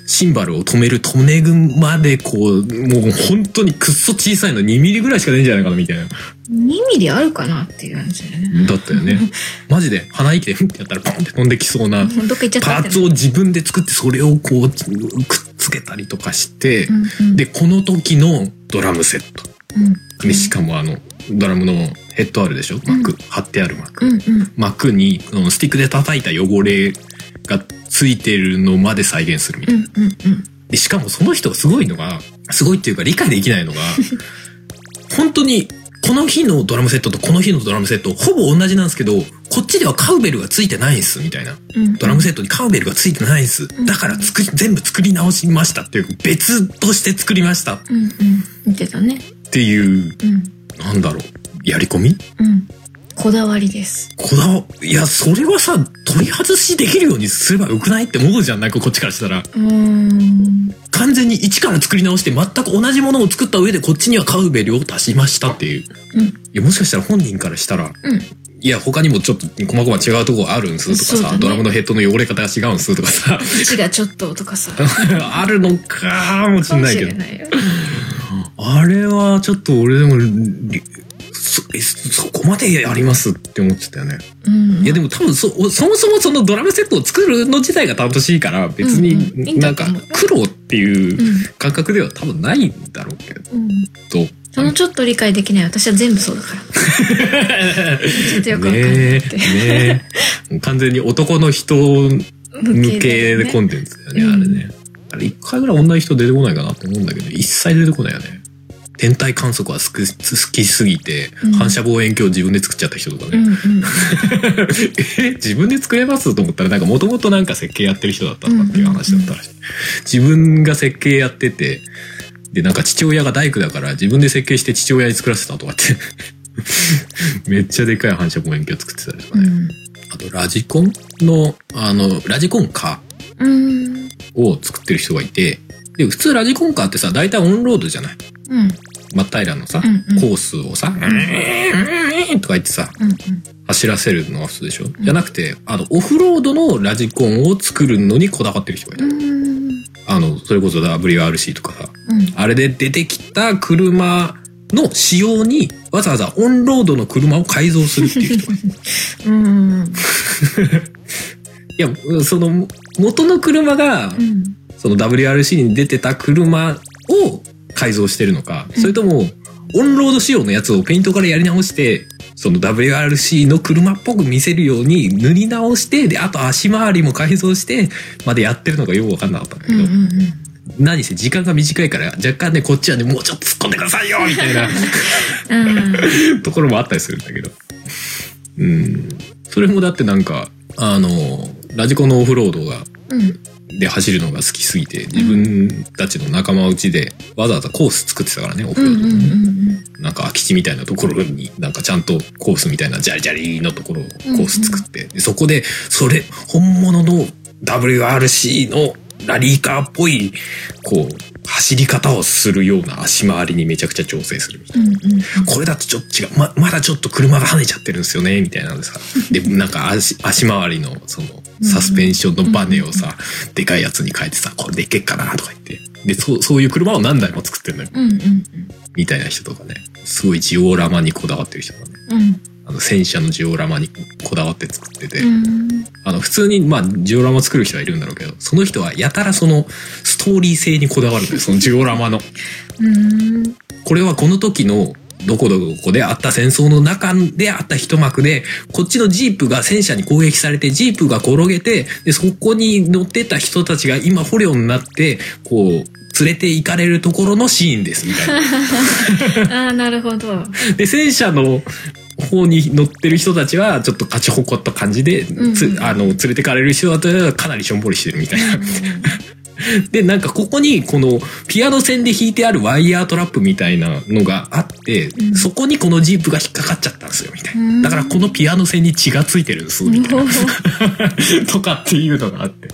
B: シンバルを止める留め具までこうもう本当にくっそ小さいの2ミリぐらいしか出んじゃないかなみたいな
C: 2ミリあるかなっていう感じだよね。
B: だったよねマジで鼻息でフンってやったらポンって飛んできそうな
C: どっか行っちゃった
B: パ
C: って
B: ーツを自分で作ってそれをこうくっつけたりとかして
C: うんうん
B: でこの時のドラムセット
C: うん
B: でしかもあのドラムのヘッドあるでしょ膜、貼ってある膜、
C: うんうん。
B: 膜にそのスティックで叩いた汚れがついてるのまで再現するみた
C: う
B: い
C: んうんうん。
B: なでしかもその人がすごいのがすごいっていうか理解できないのが本当にこの日のドラムセットとこの日のドラムセットほぼ同じなんですけどこっちではカウベルがついてないんすみたいな
C: うん
B: ドラムセットにカウベルがついてないんすだから作り全部作り直しましたっていう別として作りましたっ
C: うんうん。見てたね。
B: ていう
C: うん。
B: なんだろうやり込み
C: うん。こだわりです。
B: こだわいや、それはさ、取り外しできるようにすればよくないって思うじゃん、なんかこっちからしたら。
C: うーん。
B: 完全に一から作り直して、全く同じものを作った上で、こっちにはカウベルを足しましたっていう。
C: うん
B: いや、もしかしたら本人からしたら、
C: うん
B: いや、他にもちょっと、細々違うとこあるんすとか
C: そう
B: さ、
C: だね
B: ドラムのヘッドの汚れ方が違うんすとかさ、
C: 位置がちょっととかさ。
B: あるのかもし
C: か
B: ん
C: も
B: ない
C: し
B: け
C: れ
B: ど。
C: ないよ。
B: あれは、ちょっと俺でも、りそ、えそこまでやりますって思っちゃったよね。
C: うん。
B: いやでも多分そそもそもそのドラムセットを作るの自体が楽しいから別
C: うんうんいい
B: に
C: ん
B: な
C: だ
B: ん
C: と
B: か
C: 思う
B: 苦労っていう
C: うん。
B: 感覚では多分ないんだろうけ
C: うん。
B: ど
C: そのちょっと理解できない私は全部そうだから。ちょっとよくわかんないって。
B: ねえ。完全に男の人向けでコンテンツだよね、
C: うん
B: あれね。あれ一回ぐらい女の人出てこないかなって思うんだけど、一切出てこないよね。天体観測は好き好きすぎて、
C: うん
B: 反射望遠鏡自分で作っちゃった人とか
C: う
B: ね。
C: んうん。
B: え、自分で作れますと思ったら、なんかもともとなんか設計やってる人だったとかっていう話だったらしい。自分が設計やってて、で、なんか父親が大工だから自分で設計して父親に作らせたとかって。 めっちゃでかい反射望遠鏡作ってたりとか
C: う
B: ね。
C: ん。
B: あと、ラジコンの、あの、ラジコンカ
C: う
B: ー
C: ん。
B: を作ってる人がいて、で、普通ラジコンカーってさ、大体オンロードじゃない
C: うん。
B: 真っ平らのさ、
C: うんうん
B: コースをさ、うーん、うーんとか言ってさ、
C: うん。
B: 走らせるのが普通でしょ、じゃなくて、あの、オフロードのラジコンを作るのにこだわってる人がいた。
C: うん。
B: あの、それこそ WRC とかさ、
C: うん。
B: あれで出てきた車の仕様に、わざわざオンロードの車を改造するっていう人がい た。
C: うん。
B: いや、その、元の車が、
C: うん。
B: その WRC に出てた車を改造してるのか、それとも、オンロード仕様のやつをペイントからやり直して、その WRC の車っぽく見せるように塗り直して、で、あと足回りも改造して、までやってるのがよくわかんなかったんだけ
C: う
B: ど、
C: ん。うん。
B: 何せ時間が短いから、若干ね、こっちはね、もうちょっと突っ込んでくださいよみたいな
C: うん。
B: ところもあったりするんだけど。うん。それもだってなんか、あの、ラジコンのオフロードが
C: うん。
B: で走るのが好きすぎて自分たちの仲間内でわざわざコース作ってたからねオフ
C: う
B: ロ
C: ん。
B: ード
C: う
B: の、
C: ん。
B: なんか空き地みたいなところになんかちゃんとコースみたいなジャリジャリのところをコース作って、でそこでそれ本物の WRC のラリーカーっぽいこう走り方をするような足回りにめちゃくちゃ調整するみたいな。
C: うん。
B: これだとちょっと違う。ま、まだちょっと車が跳ねちゃってるんですよね、みたいなの でさ。で、なんか足、足回りの、その、サスペンションのバネをさ、でかいやつに変えてさ、これでいけっかな、とか言って。で、そう、そういう車を何台も作ってんのよ。
C: うん。うん。
B: みたいな人とかね。すごいジオラマにこだわってる人がね。
C: うん。
B: あの、戦車のジオラマにこだわって作ってて。
C: うん。
B: あの、普通に、まあ、ジオラマ作る人はいるんだろうけど、その人はやたらその、ストーリー性にこだわるのよ。そのジオラマの。
C: うん。
B: これはこの時のどこどこであった戦争の中であった一幕で、こっちのジープが戦車に攻撃されて、ジープが転げて、で、そこに乗ってた人たちが今捕虜になって、こう、連れて行かれるところのシーンです、みたい な。
C: ああ、なるほど。
B: で、戦車の方に乗ってる人たちは、ちょっと勝ち誇った感じで、つ
C: うんうん
B: あの、連れてかれる人たちはかなりしょんぼりしてるみたいな。で、なんかここに、この、ピアノ線で弾いてあるワイヤートラップみたいなのがあって、
C: うん
B: そこにこのジープが引っかかっちゃったんですよ、みたい
C: うん
B: な。だからこのピアノ線に血がついてるんです、みたいな。とかっていうのがあって。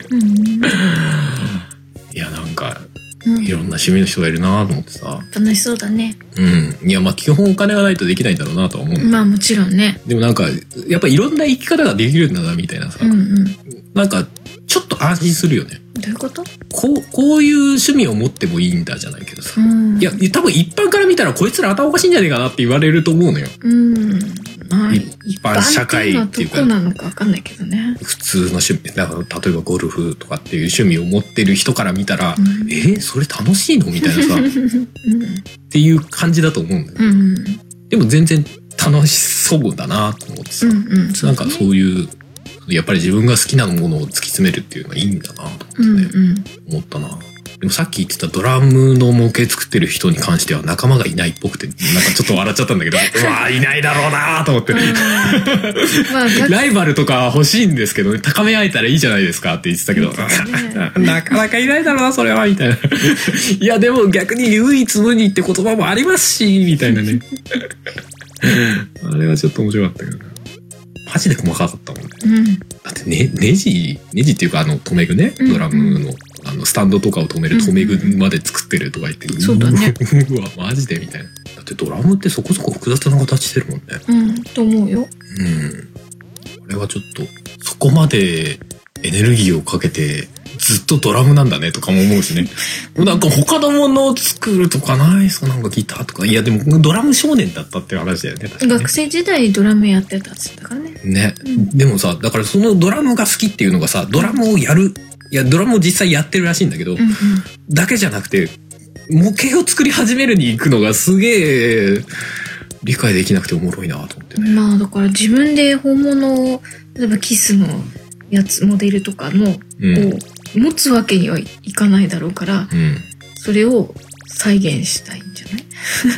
B: いや、なんか、いろんな趣味の人がいるなと思ってさ。
C: 楽しそうだね。
B: うん。いや、まあ基本お金がないとできないんだろうなとは思う。
C: まあもちろんね。
B: でもなんか、やっぱいろんな生き方ができるんだな、みたいなさ
C: う。んうん。ど
B: なんか、ちょっと安心するよね。
C: ういうこと
B: こう、こういう趣味を持ってもいいんだじゃないけどさ。
C: うん。
B: いや、多分一般から見たらこいつら頭おかしいんじゃねえかなって言われると思うのよ。
C: うん。まあ、
B: 一般社会っていう
C: 一般ってい
B: か、
C: うのはどこなのかわかんないけどね。
B: 普通の趣味。だから、例えばゴルフとかっていう趣味を持ってる人から見たら、
C: うん
B: えーそれ楽しいのみたいなさ、 っ
C: う
B: ていう感じだと思うんだよ。
C: ん。うん。
B: でも全然楽しそうだなと思って
C: う
B: さ、
C: んうん。
B: なんかそういう、やっぱり自分が好きなものを突き詰めるっていうのはいいんだなと
C: う
B: 思
C: ん
B: って
C: う
B: ね、
C: ん。
B: 思ったな。でもさっき言ってたドラムの模型作ってる人に関しては仲間がいないっぽくて、なんかちょっと笑っちゃったんだけど、 うわーいないだろうなーと思 って。
C: まあ、だ
B: ライバルとか欲しいんですけどね、高め合えたらいいじゃないですかって言ってたけど、 なかなかいないだろうな、それは、みたいな。 いや、でも逆に唯一無二って言葉もありますし、みたいなね。あれはちょっと面白かったけどな。マジで細かかったもんね。
C: うん。
B: だってね、ネジ、ネジっていうかあの、留め具ね、
C: うん
B: ドラムの、あの、スタンドとかを留める留め具まで作ってるとか言って、
C: んそうだね
B: うわ、マジでみたいな。だってドラムってそこそこ複雑な形してるもんね。
C: うん。と思うよ。
B: うん。これはちょっと、そこまでエネルギーをかけて、ずっとドラムなんだねとかも思うしね。 なんか他のものを作るとかないですかなんかギターとか。いやでもドラム少年だったっていう話だよね。確かにね
C: 学生時代ドラムやってたっつったからね。
B: ね、
C: うん
B: でもさ、だからそのドラムが好きっていうのがさ、ドラムをやる、いや、ドラムを実際やってるらしいんだけど、
C: うんうん。
B: だけじゃなくて、模型を作り始めるに行くのがすげえ理解できなくておもろいなと思ってね。
C: まあだから自分で本物を例えばキスのやつモデルとかのを
B: うん。
C: 持つわけにはいかないだろうから
B: うん。
C: それを再現したいんじゃない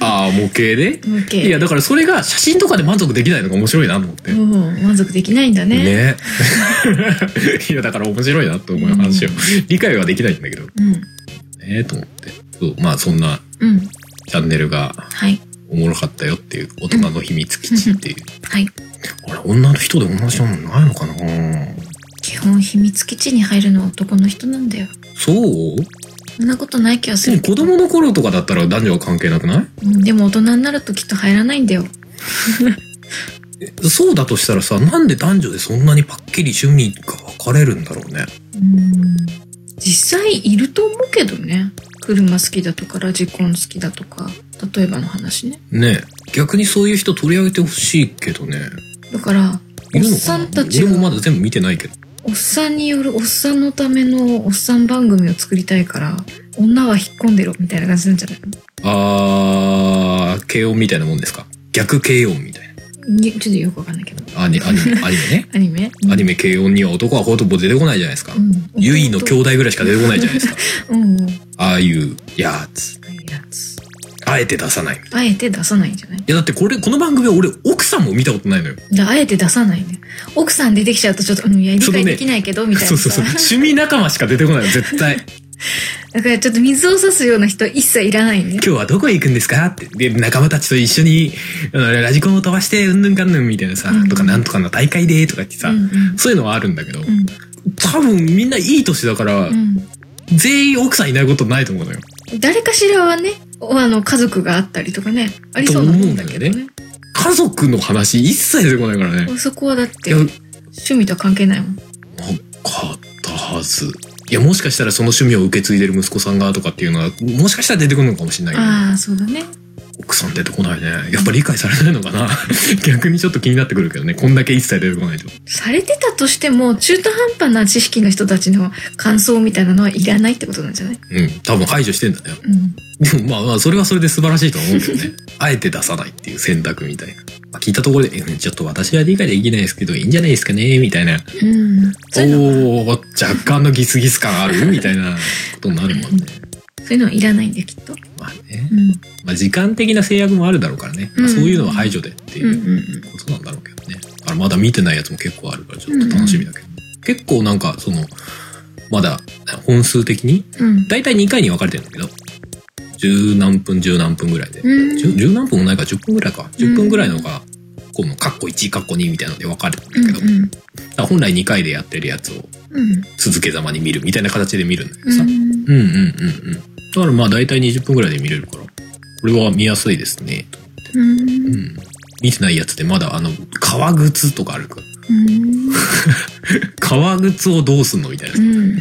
B: ああ、模型で
C: 模型
B: いや、だからそれが写真とかで満足できないのが面白いなと思って。
C: う
B: ね。
C: ん満足できないんだね
B: いや、だから面白いなと思う話を。理解はできないんだけど。
C: うん
B: ねえと思って。そう、まあそんな
C: うん
B: チャンネルが
C: はい
B: おもろかったよっていう、大人の秘密基地っていう。
C: はい
B: あれ、女の人で同じなのないのかな
C: 基本秘密基地に入るのは男の人なんだよ
B: そう
C: そんなことない気がす
B: でも
C: る
B: 子供の頃とかだったら男女は関係なくな
C: うんでも大人になるときっと入らないんだよ
B: いそうだとしたらさ、なんで男女でそんなにパッキリ趣味が分かれるんだろうね。
C: うん実際いると思うけどね車好きだとかラジコン好きだとか例えばの話ね
B: ねえ逆にそういう人取り上げてほしいけどね。
C: だから
B: いるのかな
C: おっさんたち
B: 俺
C: が
B: もまだ全部見てないけど。
C: おっさんによるおっさんのためのおっさん番組を作りたいから女は引っ込んでろみたいな感じなんじゃない
B: あー、軽音みたいなもんですか逆軽音みたい
C: のにちょっとよくわかんないけど
B: な。アニアニメ、アニ メね。
C: アニメ
B: アニメ軽音には男はほとんど出てこないじゃないですか。ゆいの兄
C: 日
B: 弟ぐらいしか出てこないじゃないですか。
C: うんうんあ
B: ああいうやつ。
C: あいうやつ
B: あえて出さない。い
C: あえて出さないんじゃない
B: やだってこれ、この番組は俺奥さんも見たことないのよ。
C: だあえて出さないね奥さん出てきちゃうとちょっと、うん、いや理
B: そのね
C: 解できないけど、みたい
B: そう
C: な
B: そうそ
C: さ
B: う。趣味仲間しか出てこないの、絶対。
C: だからちょっと水を差すような人一切いらないね
B: 今日はどこへ行くんですかって。で、仲間たちと一緒に、あのラジコンを飛ばして、うんぬんかんぬんみたいなさ、
C: うん
B: とかなんとかの大会で、とか言ってさ、
C: うんうん
B: そういうのはあるんだけど、
C: うん
B: 多分みんないい年だから、全員奥さんいないことないと思うのよ。
C: うん誰かしらはねおあの家族があったりとかねありそうなもんだけど
B: と思
C: ね
B: 家族の話一切出てこないからね。
C: そこはだって
B: いや、な
C: 趣味とは関係ないもん
B: かったはず。いや、もしかしたらその趣味を受け継いでる息子さんがとかっていうのは、もしかしたら出てくるのかもしれないけど。
C: ああそうだね
B: 奥さん出てこないね。やっぱ理解されないのかな 逆にちょっと気になってくるけどね。こんだけ一切出てこないと。
C: されてたとしても中途半端な知識の人たちの感想みたいなのはいらないってことなんじゃない
B: うん。多分排除してんだね。
C: うん
B: でもまあまあ、それはそれで素晴らしいとは思うけど ね。あえて出さないっていう選択みたいな。まあ、聞いたところで、うんちょっと私は理解できないですけど、いいんじゃないですかねみたいな。
C: うんそういうのは
B: おお若干のギスギス感あ るみたいなことになるもんね。
C: そういうのはいらないんだよきっと、
B: まあね。
C: うん、
B: まあ時間的な制約もあるだろうからね。まあ、
C: うん
B: そういうのは排除でって
C: うん
B: いううん
C: うん
B: ことなんだろうけどね。だからまだ見てないやつも結構あるから、ちょっと楽しみだけど、結構なんか、その、まだ本数的に、
C: うん
B: だいたい2回に分かれてるんだけど、十何分、十何分ぐらいで。
C: うん
B: 十十何分もないから10分ぐらいか。10分ぐらいのが、この、カッコ1、カッコ2みたいなので分かれてるんだけど、だから本来2回でやってるやつを
C: うんうん
B: 続けざまに見るみたいな形で見るんだけど
C: う
B: さ。
C: ん
B: うんうんうんうん。だからまあ大体20分ぐらいで見れるから、これは見やすいですね。と
C: うん
B: う、ん。見てないやつでまだあの、革靴とかあるから。
C: うん
B: 革靴をどうすんのみたいな
C: う。ん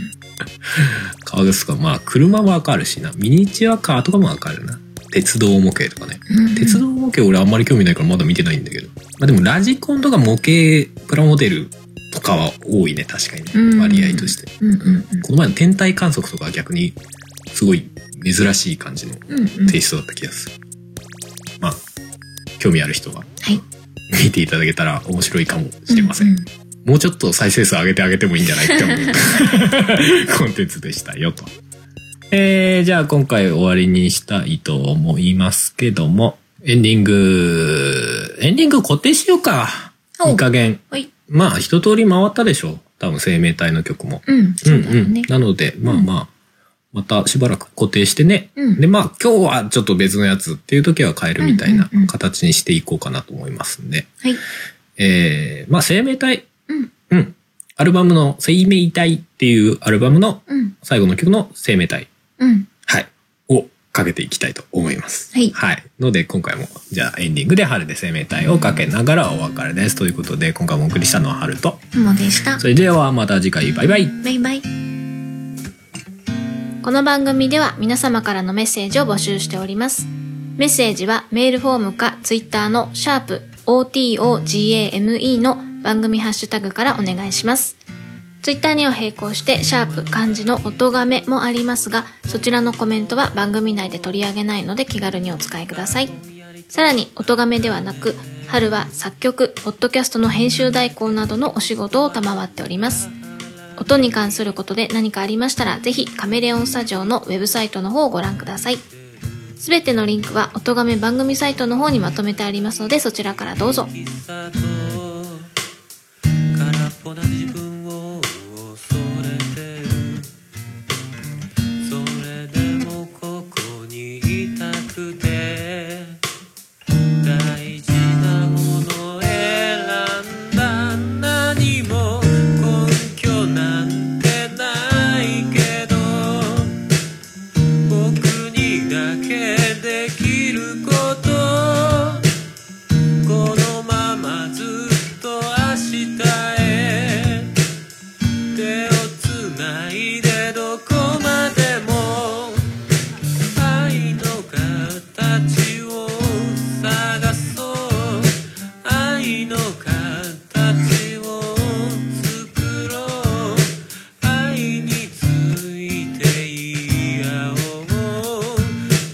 B: 革靴とか、まあ車もわかるしな。ミニチュアカーとかもわかるな。鉄道模型とかね。
C: うん
B: 鉄道模型俺あんまり興味ないからまだ見てないんだけど。まあでもラジコンとか模型プラモデルとかは多いね、確かに
C: う
B: ね。
C: ん
B: 割合として。
C: うんうんうん
B: この前の天体観測とかは逆にすごい珍しい感じの
C: うんうん
B: テイストだった気がする。まあ、興味ある人は、
C: はい
B: 見ていただけたら面白いかもしれません。
C: うんうん
B: もうちょっと再生数上げてあげてもいいんじゃないって思うコンテンツでしたよと。えー、じゃあ今回終わりにしたいと思いますけども、エンディング、エンディング固定しようか。
C: お
B: いい加減。
C: はい
B: まあ一通り回ったでしょう。多分生命体の曲も。
C: うん
B: う
C: そうんだ
B: うん。
C: ね
B: なので、まあまあ、またしばらく固定してね。
C: うん
B: で、まあ今日はちょっと別のやつっていう時は変えるみたいな
C: うんうんうん
B: 形にしていこうかなと思いますんで。
C: はい
B: えー、まあ生命体。
C: うん
B: うん。アルバムの生命体っていうアルバムの
C: うん
B: 最後の曲の生命体。
C: うん
B: はい。をかけていきたいと思います。
C: はい
B: はい。ので今回も、じゃあエンディングで春で生命体をかけながらお別れです。ということで今回もお送りしたのは春と。
C: ふもでした
B: それではまた次回バイバイ。
C: バイバイ
D: この番組では皆様からのメッセージを募集しております。メッセージはメールフォームかツイッターのシャープ o t o g a m e の番組ハッシュタグからお願いします。ツイッターには並行して、シャープ漢字の音がめもありますが、そちらのコメントは番組内で取り上げないので気軽にお使いください。さらに、音がめではなく、春は作曲、ポッドキャストの編集代行などのお仕事を賜っております。音に関することで何かありましたら、ぜひカメレオンスタジオのウェブサイトの方をご覧ください。すべてのリンクは音がめ番組サイトの方にまとめてありますので、そちらからどうぞ。
E: さと空っぽな自分を恐れてるそれでもここにいたくて大事なもの選んだ何も根拠なんてないけど僕にだけできることこのままずっと明日へ手をつないでどこまでも愛の形を探そう愛の形を作ろう愛について言い合おう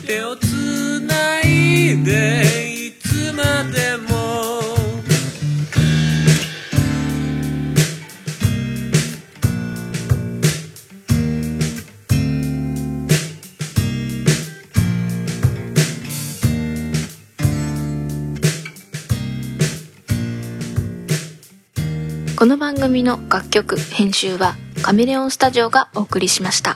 E: 手をつないでいつまでも
D: この番組の楽曲編集はカメレオンスタジオがお送りしました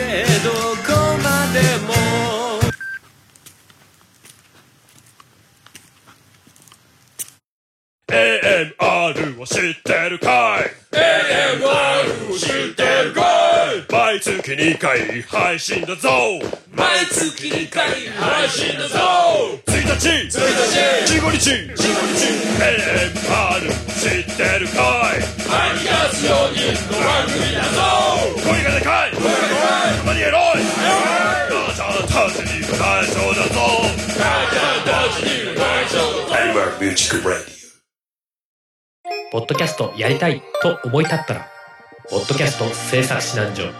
E: どこまでも毎月2回配信だぞ
A: ポッドキャストやりたいと思い立ったら「ポッドキャスト制作指南所」